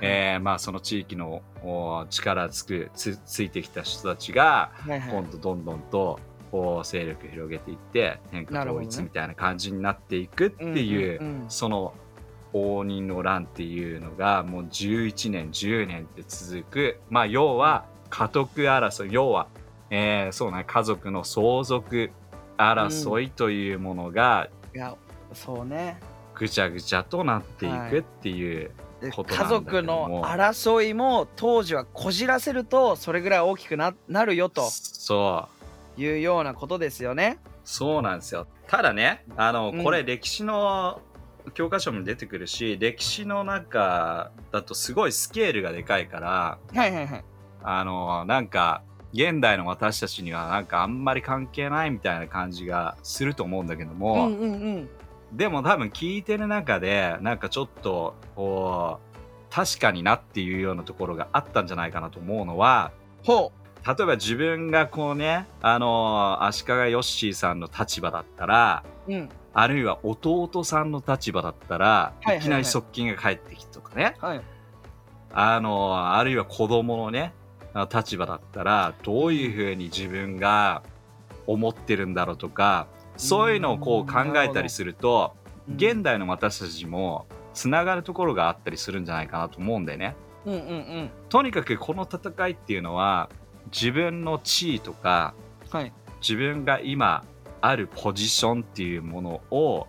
Speaker 1: えーまあ、その地域のおー力つくつついてきた人たちが
Speaker 2: はいはい
Speaker 1: 今度どんどんとおー勢力広げていって天
Speaker 2: な
Speaker 1: 下
Speaker 2: る
Speaker 1: 統
Speaker 2: ほどね
Speaker 1: 一みたいな感じになっていくっていう,、
Speaker 2: うんうんうん
Speaker 1: その応仁の乱っていうのがもう11年10年って続くまあ要は家督争い要はえーそうね、家族の相続争いというものが
Speaker 2: いやそうね
Speaker 1: ぐちゃぐちゃとなっていくっていう、
Speaker 2: で
Speaker 1: ことな
Speaker 2: 家
Speaker 1: んだけども
Speaker 2: 族の争いも当時はこじらせるとそれぐらい大きくななるよと
Speaker 1: そう
Speaker 2: いうようなことですよね。
Speaker 1: そうなんですよ。ただね、あの、
Speaker 2: うん
Speaker 1: これ歴史の教科書も出てくるし、歴史の中だとすごいスケールがでかいから、
Speaker 2: はいはいはい。
Speaker 1: あの、なんか、現代の私たちにはなんかあんまり関係ないみたいな感じがすると思うんだけど
Speaker 2: う
Speaker 1: も、
Speaker 2: んうんうん。
Speaker 1: でも多分聞いてる中で、なんかちょっと、こう、確かになっていうようなところがあったんじゃないかなと思うのは、
Speaker 2: ほ
Speaker 1: 例えば自分がこうね、あの、足利ヨッシーさんの立場だったら、
Speaker 2: う。うん。
Speaker 1: あるいは弟さんの立場だったら、
Speaker 2: いはいはい
Speaker 1: いきなり側近が返ってきてとかね。
Speaker 2: はい。
Speaker 1: あの、あるいは子供のね、あの立場だったら、どういうふうに自分が思ってるんだろうとか、そういうのをこう考えたりすると、現代の私たちもつながるところがあったりするんじゃないかなと思うんだよね。
Speaker 2: うんうんうん。
Speaker 1: とにかくこの戦いっていうのは、自分の地位とか、
Speaker 2: はい。
Speaker 1: 自分が今あるポジションっていうものを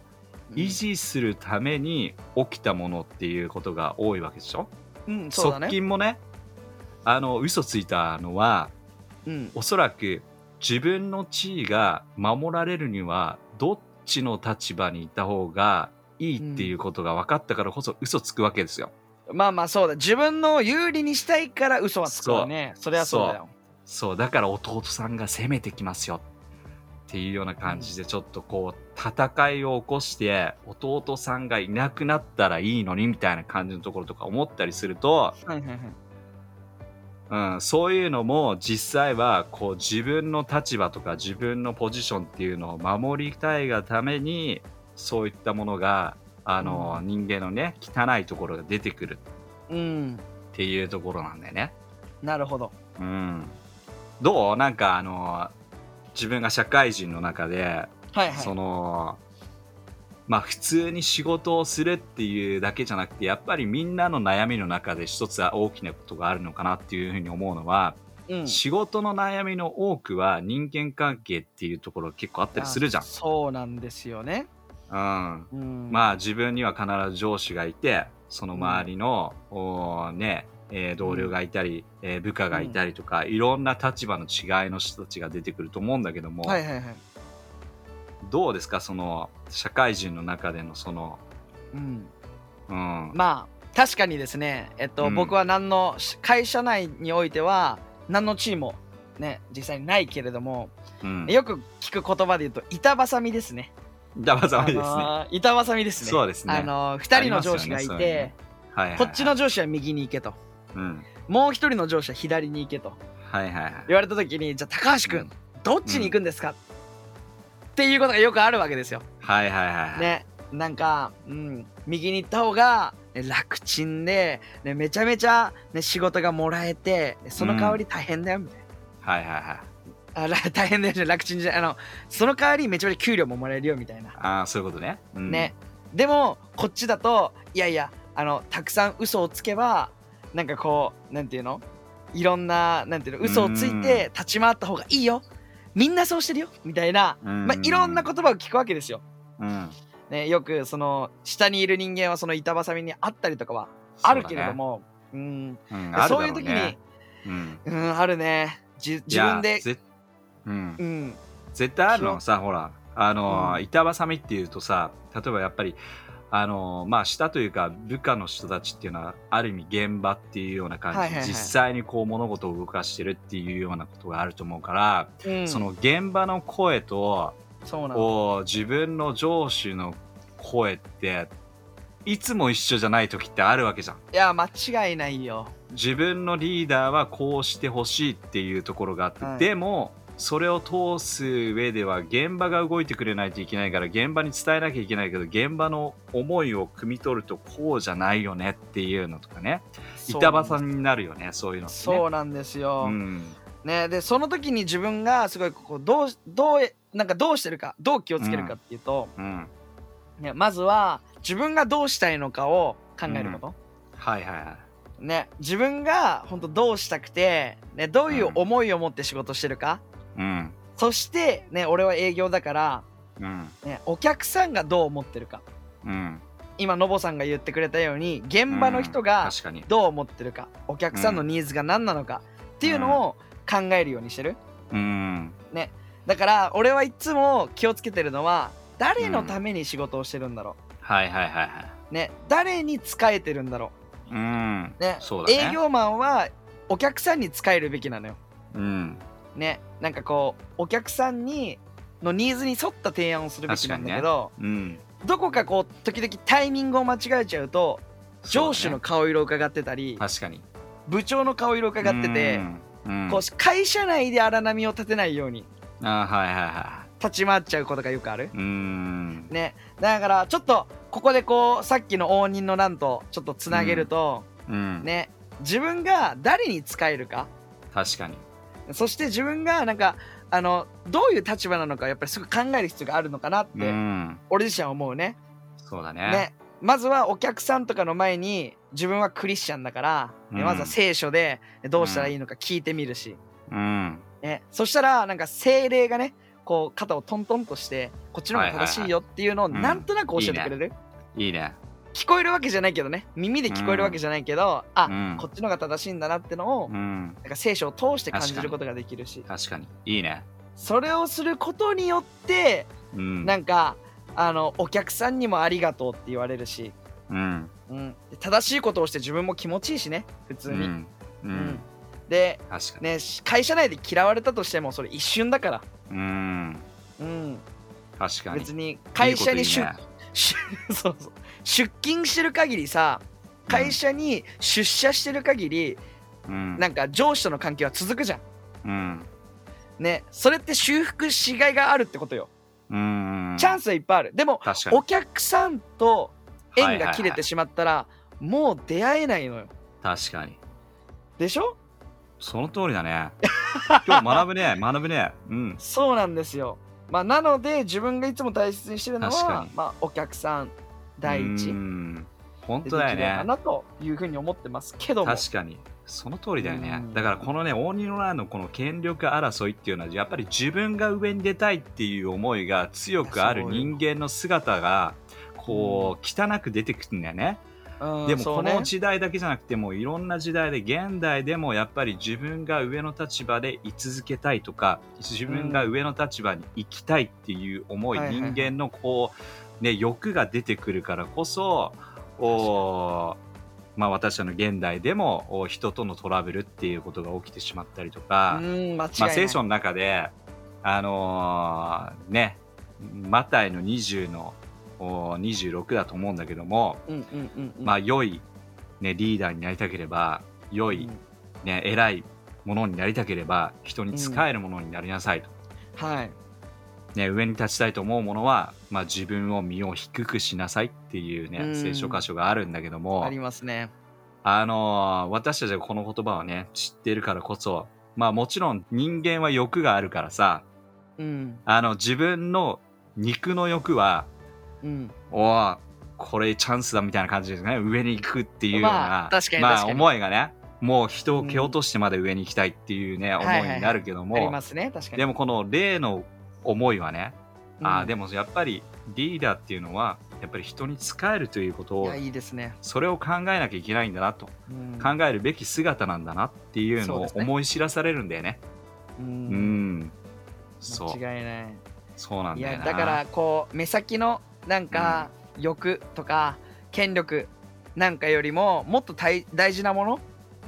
Speaker 1: 維持するために起きたものっていうことが多いわけでしょ、
Speaker 2: うん、うん、そうだ
Speaker 1: 側
Speaker 2: ね。
Speaker 1: 近もねあの嘘ついたのは
Speaker 2: うん。
Speaker 1: おそらく自分の地位が守られるにはどっちの立場にいた方がいいっていうことが分かったからこそ嘘つくわけですよ。
Speaker 2: まあまあそうだ。自分の有利にしたいから嘘はつくわね。そりゃそうだよ。
Speaker 1: そうだから弟さんが攻めてきますよっていうような感じでちょっとこう戦いを起こして弟さんがいなくなったらいいのにみたいな感じのところとか思ったりすると、
Speaker 2: はいはいはい。
Speaker 1: うん、そういうのも実際はこう自分の立場とか自分のポジションっていうのを守りたいがためにそういったものがあの、
Speaker 2: う
Speaker 1: 人間のね汚いところが出てくる
Speaker 2: うん。
Speaker 1: っていうところなんだよね。
Speaker 2: なるほど。
Speaker 1: うん、どうなんかあの自分が社会人の中で、
Speaker 2: はいはい。
Speaker 1: そのまあ普通に仕事をするっていうだけじゃなくてやっぱりみんなの悩みの中で一つは大きなことがあるのかなっていうふうに思うのは、
Speaker 2: うん。
Speaker 1: 仕事の悩みの多くは人間関係っていうところが結構あったりするじゃん
Speaker 2: あ。そうなんですよね。
Speaker 1: うん
Speaker 2: うん。
Speaker 1: まあ自分には必ず上司がいてその周りの、おーねえー同僚がいたり、えー部下がいたりとか、いろんな立場の違いの人たちが出てくると思うんだけども、
Speaker 2: はいはいはい。
Speaker 1: どうですかその社会人の中でのその、
Speaker 2: うん。
Speaker 1: うん
Speaker 2: まあ確かにですね、えっと、
Speaker 1: うん
Speaker 2: 僕は何のし会社内においては何の地位もね実際にないけれども、
Speaker 1: うん、
Speaker 2: よく聞く言葉で言うと板挟みですね。
Speaker 1: ダバざまですね。
Speaker 2: あ
Speaker 1: は
Speaker 2: のー板挟みですね。
Speaker 1: そうですね
Speaker 2: あのー二人の上司がい
Speaker 1: ありますよねそ
Speaker 2: て、
Speaker 1: ういうねいはいはい
Speaker 2: こっちの、上司は右に行けと、
Speaker 1: うん、
Speaker 2: もう一人の上司は左に行けと
Speaker 1: はいはいはい。
Speaker 2: 言われた時にじゃあ高橋君、ん、どっちに行くんですか、っていうことがよくあるわけですよ。
Speaker 1: はいはいはいはい。
Speaker 2: ね、なんか、うん、右に行った方がね楽ちんで、ね、めちゃめちゃ、ね、仕事がもらえてねその代わり大変だよみたい
Speaker 1: はいはいはい。
Speaker 2: な、あら大変だよね楽ちんじゃないあのその代わりめちゃめちゃ給料ももらえるよみたいな、
Speaker 1: ああそういうことね。うん、
Speaker 2: ねでもこっちだといやいやあのたくさん嘘をつけばなんかこうなんていうのいろんななんていうの嘘をついて立ち回った方がいいよみんなそうしてるよみたいな、
Speaker 1: うん。
Speaker 2: まあ、いろんな言葉を聞くわけですよ。
Speaker 1: うん、
Speaker 2: ね、よくその下にいる人間はその板挟みにあったりとかはあるけれどもう,、
Speaker 1: そうだね、うんん、あるだ
Speaker 2: そう
Speaker 1: ろ
Speaker 2: いう
Speaker 1: ね
Speaker 2: 時に、
Speaker 1: うん、
Speaker 2: うん、あるね
Speaker 1: い
Speaker 2: じ自
Speaker 1: や
Speaker 2: 分で、
Speaker 1: ぜうん
Speaker 2: う、ん、
Speaker 1: 絶対あるのさほらあのー、
Speaker 2: うん
Speaker 1: 板挟みっていうとさ例えばやっぱりあのーまあ下というか部下の人たちっていうのはある意味現場っていうような感じで、
Speaker 2: はいはいはい
Speaker 1: 実際にこう物事を動かしてるっていうようなことがあると思うから、
Speaker 2: うん
Speaker 1: その現場の声と
Speaker 2: そうなの
Speaker 1: こう自分の上司の声っていつも一緒じゃない時ってあるわけじゃん。
Speaker 2: いや間違いないよ
Speaker 1: 自分のリーダーはこうしてほしいっていうところがあって、
Speaker 2: はい
Speaker 1: でもそれを通す上では現場が動いてくれないといけないから現場に伝えなきゃいけないけど現場の思いを汲み取るとこうじゃないよねっていうのとかね板挟みになるよねそういうのってね
Speaker 2: そうなんですよ、
Speaker 1: うん
Speaker 2: ね、でその時に自分がすごいこうどうどうなんかどうしてるかどう気をつけるかっていうと、
Speaker 1: うん
Speaker 2: ね、まずは自分がどうしたいのかを考えること、
Speaker 1: はいはいはい
Speaker 2: ね、自分が本当どうしたくて、ね、どういう思いを持って仕事してるか、
Speaker 1: うん
Speaker 2: そしてね俺は営業だから、
Speaker 1: うん
Speaker 2: ね、お客さんがどう思ってるか
Speaker 1: うん
Speaker 2: 今のぼさんが言ってくれたように現場の人が
Speaker 1: 確かに
Speaker 2: どう思ってるかお客さんのニーズが何なのかっていうのを考えるようにしてる
Speaker 1: うん
Speaker 2: だから俺はいつも気をつけてるのは誰のために仕事をしてるんだろ
Speaker 1: はいはいはいはいう
Speaker 2: ね誰に仕えてるんだろ
Speaker 1: うん
Speaker 2: うね
Speaker 1: そうだね
Speaker 2: 営業マンはお客さんに仕えるべきなのよ
Speaker 1: うん
Speaker 2: ねなんかこうお客さんにのニーズに沿った提案をするべきなんだけど、
Speaker 1: うん
Speaker 2: どこかこう時々タイミングを間違えちゃうと上司の
Speaker 1: そう
Speaker 2: 顔色を伺ってたり、
Speaker 1: だね確かに
Speaker 2: 部長の顔色を伺ってて、
Speaker 1: うんうん
Speaker 2: こう会社内で荒波を立てないように
Speaker 1: あはいはいは
Speaker 2: 立ち回っちゃうことがよくある
Speaker 1: いうん
Speaker 2: ねだからちょっとここでこうさっきの応仁の乱とちょっとつなげると、
Speaker 1: うん
Speaker 2: ね自分が誰に使えるか
Speaker 1: 確かに
Speaker 2: そして自分がなんかあのどういう立場なのかやっぱりすぐ考える必要があるのかなって、
Speaker 1: うん
Speaker 2: 俺自身は思うね
Speaker 1: そうだね
Speaker 2: ねまずはお客さんとかの前に自分はクリスチャンだから、ね
Speaker 1: うん
Speaker 2: まずは聖書でどうしたらいいのか聞いてみるし、
Speaker 1: うん
Speaker 2: ね、そしたらなんか精霊がねこう肩をトントンとしてこっちの方が正しいよっていうのを
Speaker 1: はいはい
Speaker 2: なんとなく教えて
Speaker 1: うん
Speaker 2: くれる、
Speaker 1: いいね
Speaker 2: 聞こえるわけじゃないけどね耳で聞こえるわけじゃないけど、あ、
Speaker 1: うん
Speaker 2: こっちのが正しいんだなってのを、
Speaker 1: うん
Speaker 2: なんか聖書を通して感じ
Speaker 1: 確か
Speaker 2: る
Speaker 1: に
Speaker 2: ことができるし
Speaker 1: 確かにいいね
Speaker 2: それをすることによって
Speaker 1: うん
Speaker 2: なんかあのお客さんにもありがとうって言われるし、
Speaker 1: うん
Speaker 2: うん、正しいことをして自分も気持ちいいしね普
Speaker 1: う
Speaker 2: 通に、
Speaker 1: んう
Speaker 2: うん
Speaker 1: ん
Speaker 2: で、
Speaker 1: 確かに
Speaker 2: ね、し会社内で嫌われたとしてもそれ一瞬だから、
Speaker 1: うん
Speaker 2: うん、
Speaker 1: 確かに
Speaker 2: 別に会社に出
Speaker 1: いいこと
Speaker 2: し [laughs] そうそう出勤してる限りさ会社に出社してる限
Speaker 1: 言う
Speaker 2: り、
Speaker 1: ねうん
Speaker 2: なんか上司との関係は続くじゃん
Speaker 1: うん
Speaker 2: ねそれって修復しがいがあるってことよ、
Speaker 1: うん
Speaker 2: チャンスはいっぱいあるでも
Speaker 1: 確かに
Speaker 2: お客さんと縁が切れて
Speaker 1: し
Speaker 2: しまったら、もう出会えないのよ
Speaker 1: まう確かに
Speaker 2: でしょ
Speaker 1: その通りだ
Speaker 2: [laughs]
Speaker 1: ね今日学ぶね学ぶねうん
Speaker 2: そうなんですよまあなので自分がいつも大切にしてるの
Speaker 1: 確か
Speaker 2: は
Speaker 1: に、
Speaker 2: まあ、お客さん第一
Speaker 1: うん本
Speaker 2: でで
Speaker 1: 当
Speaker 2: き
Speaker 1: だ
Speaker 2: れ
Speaker 1: よね
Speaker 2: ばなというふうに思ってますけども
Speaker 1: 確かにその通りだよね
Speaker 2: うん
Speaker 1: だからこのね大仁の乱のこの権力争いっていうのはやっぱり自分が上に出たいっていう思いが強くある人間の姿がこう汚く出てくるんだよね
Speaker 2: うん
Speaker 1: でも
Speaker 2: そ
Speaker 1: こ
Speaker 2: うね
Speaker 1: の時代だけじゃなくてもういろんな時代で現代でもやっぱり自分が上の立場で居続けたいとか自分が上の立場に行きたいっていう思い、
Speaker 2: はいはいはい
Speaker 1: 人間のこう、ね、欲が出てくるからこそおーまあ、私たちの現代でもお人とのトラブルっていうことが起きてしまったりとか、
Speaker 2: うん間違い
Speaker 1: ま
Speaker 2: な
Speaker 1: あ、
Speaker 2: い、
Speaker 1: 聖書の中であのーねマタイの20のお26だと思うんだけども、
Speaker 2: うんうんうんうん
Speaker 1: まあ、良い、ね、リーダーになりたければ良い、
Speaker 2: うん
Speaker 1: ね、偉いものになりたければ人に仕えるものになりなさいと、
Speaker 2: はい
Speaker 1: ね、上に立ちたいと思うものは、まあ、自分を身を低くしなさいっていう、ね
Speaker 2: うん
Speaker 1: 聖書箇所があるんだけども
Speaker 2: あ
Speaker 1: あ
Speaker 2: りますね
Speaker 1: のー私たちがこの言葉をね知ってるからこそ、まあ、もちろん人間は欲があるからさ
Speaker 2: うん
Speaker 1: あの自分の肉の欲は
Speaker 2: うん
Speaker 1: おーこれチャンスだみたいな感じですね上に行くっていうような、
Speaker 2: まあ確かに
Speaker 1: まあ
Speaker 2: 確かに
Speaker 1: 思いがねもう人を蹴落としてまで上に行きたいっていうね、
Speaker 2: ん
Speaker 1: 思いになるけども、
Speaker 2: ありますね確かに
Speaker 1: でもこの例の思いはね、あーでもやっぱりリーダーっていうのはやっぱり人に仕えるということを
Speaker 2: いやいいですね、
Speaker 1: それを考えなきゃいけないんだなと、
Speaker 2: うん
Speaker 1: 考えるべき姿なんだなっていう
Speaker 2: そう
Speaker 1: のを
Speaker 2: ですね
Speaker 1: 思い知らされるんだよね。
Speaker 2: う
Speaker 1: うんんそう
Speaker 2: 間違いない
Speaker 1: そうなん
Speaker 2: い
Speaker 1: だよ
Speaker 2: や
Speaker 1: な
Speaker 2: だからこう目先のなんか欲とか権力なんかよりももっと大大事なものっ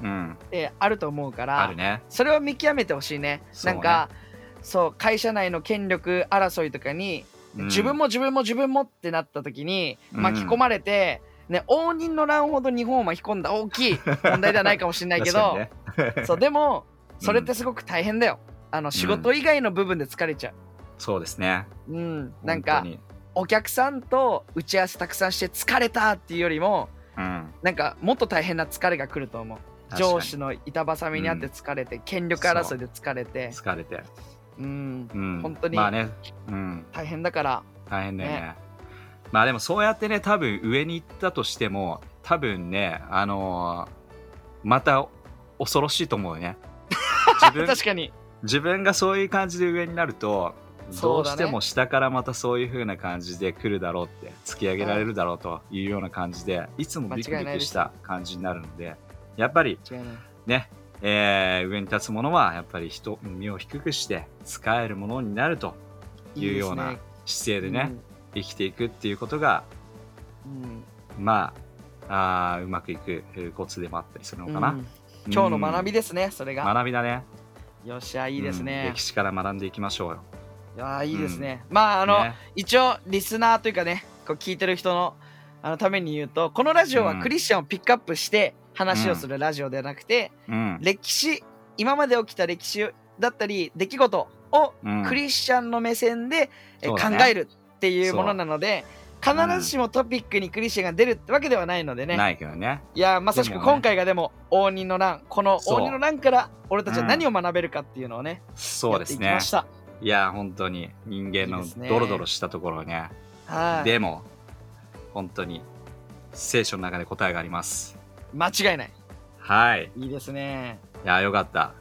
Speaker 1: うん、
Speaker 2: てあると思うか
Speaker 1: あ
Speaker 2: ら
Speaker 1: るね。
Speaker 2: それを見極めてほしいね
Speaker 1: そう
Speaker 2: な
Speaker 1: ね
Speaker 2: んかそう会社内の権力争いとかに
Speaker 1: うん
Speaker 2: 自分も自分も自分もってなった時に
Speaker 1: うん
Speaker 2: 巻き込まれてね応仁の乱ほど日本を巻き込んだ大きい問題ではないかもしれない
Speaker 1: [laughs]
Speaker 2: け
Speaker 1: 確
Speaker 2: ど
Speaker 1: かにね
Speaker 2: そうでもそれってすごく大変だよあの仕事以外の部分で疲れちゃ
Speaker 1: そうですね。
Speaker 2: ううんなんか
Speaker 1: 本当に
Speaker 2: お客さんと打ち合わせたくさんして疲れたっていうよりも
Speaker 1: うん、
Speaker 2: なんかもっと大変な疲れが来ると思う上司の板挟みにあって疲れて、権力争いで疲れて
Speaker 1: 疲れて、
Speaker 2: うん
Speaker 1: うん、
Speaker 2: 本当に
Speaker 1: まあね、うん、
Speaker 2: 大変だから
Speaker 1: 大変だよね
Speaker 2: ね
Speaker 1: まあでもそうやってね多分上に行ったとしても多分ねあ
Speaker 2: [laughs]
Speaker 1: のーまた恐ろしいと思うよね自分
Speaker 2: 確かに
Speaker 1: 自分がそういう感じで上になると、
Speaker 2: そ
Speaker 1: ど
Speaker 2: う
Speaker 1: う
Speaker 2: だ
Speaker 1: し
Speaker 2: ね
Speaker 1: ても下からまたそういう風な感じで来るだろうって突き上げられるだろうというような感じでいつもビクビクした感じになるのでやっぱり
Speaker 2: 違いない
Speaker 1: ね、えー上に立つものはやっぱり人身を低くして使えるものになるというような姿勢でね生きていくっていうことが
Speaker 2: うんうん
Speaker 1: まああーうまくいくえーコツでもあったりするのかな、
Speaker 2: うん今日の学び
Speaker 1: で
Speaker 2: ですねそれが
Speaker 1: 学びだね
Speaker 2: よっしゃいいです
Speaker 1: うん
Speaker 2: ね
Speaker 1: 歴史から学んでいきましょうよ
Speaker 2: いやーいいですねまああの
Speaker 1: ね
Speaker 2: 一応リスナーというかねこう聞いてる人のあのために言うとこのラジオ
Speaker 1: う
Speaker 2: は
Speaker 1: ん
Speaker 2: クリスチャンをピックアップして話をするラジオではなくて、
Speaker 1: うん
Speaker 2: 歴史今まで起きた歴史だったり出来事を
Speaker 1: うん
Speaker 2: クリスチャンの目線で、え
Speaker 1: そうだね
Speaker 2: 考えるっていうものなので必ずしもトピックにクリスチャンが出るってわけではないのでね、
Speaker 1: ないけどね
Speaker 2: いやーまさしく
Speaker 1: でもね
Speaker 2: 今回がでも応仁の乱この
Speaker 1: そう
Speaker 2: 応仁の乱から俺たちは何を学べるかっていうのをね、
Speaker 1: そうです
Speaker 2: や
Speaker 1: ね
Speaker 2: っていきました
Speaker 1: いや本当に人間
Speaker 2: い
Speaker 1: の
Speaker 2: いですね
Speaker 1: ドロドロしたところをね
Speaker 2: はい
Speaker 1: でも本当に聖書の中で答えがあります
Speaker 2: 間違いない
Speaker 1: はい
Speaker 2: いいですね
Speaker 1: いやよかった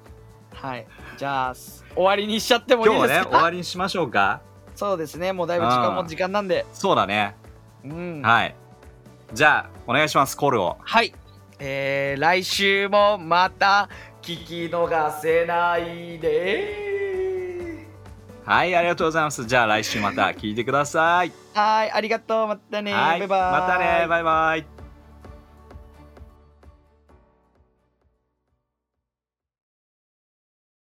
Speaker 2: はいじゃあす終わりにしちゃってもいい
Speaker 1: 今
Speaker 2: で
Speaker 1: 日は
Speaker 2: すか
Speaker 1: ね終わりにしましょうか
Speaker 2: そうですねもうだいぶ時間も時間なんで
Speaker 1: そうだね
Speaker 2: うんは
Speaker 1: は
Speaker 2: い、
Speaker 1: いじゃあお願いしますコールを
Speaker 2: えー、来週もまた聞き逃せないで
Speaker 1: はいありがとうございますじゃあ来週また聞いてください
Speaker 2: はいありがとうまたね
Speaker 1: はい
Speaker 2: バイバイ
Speaker 1: またねバイバイ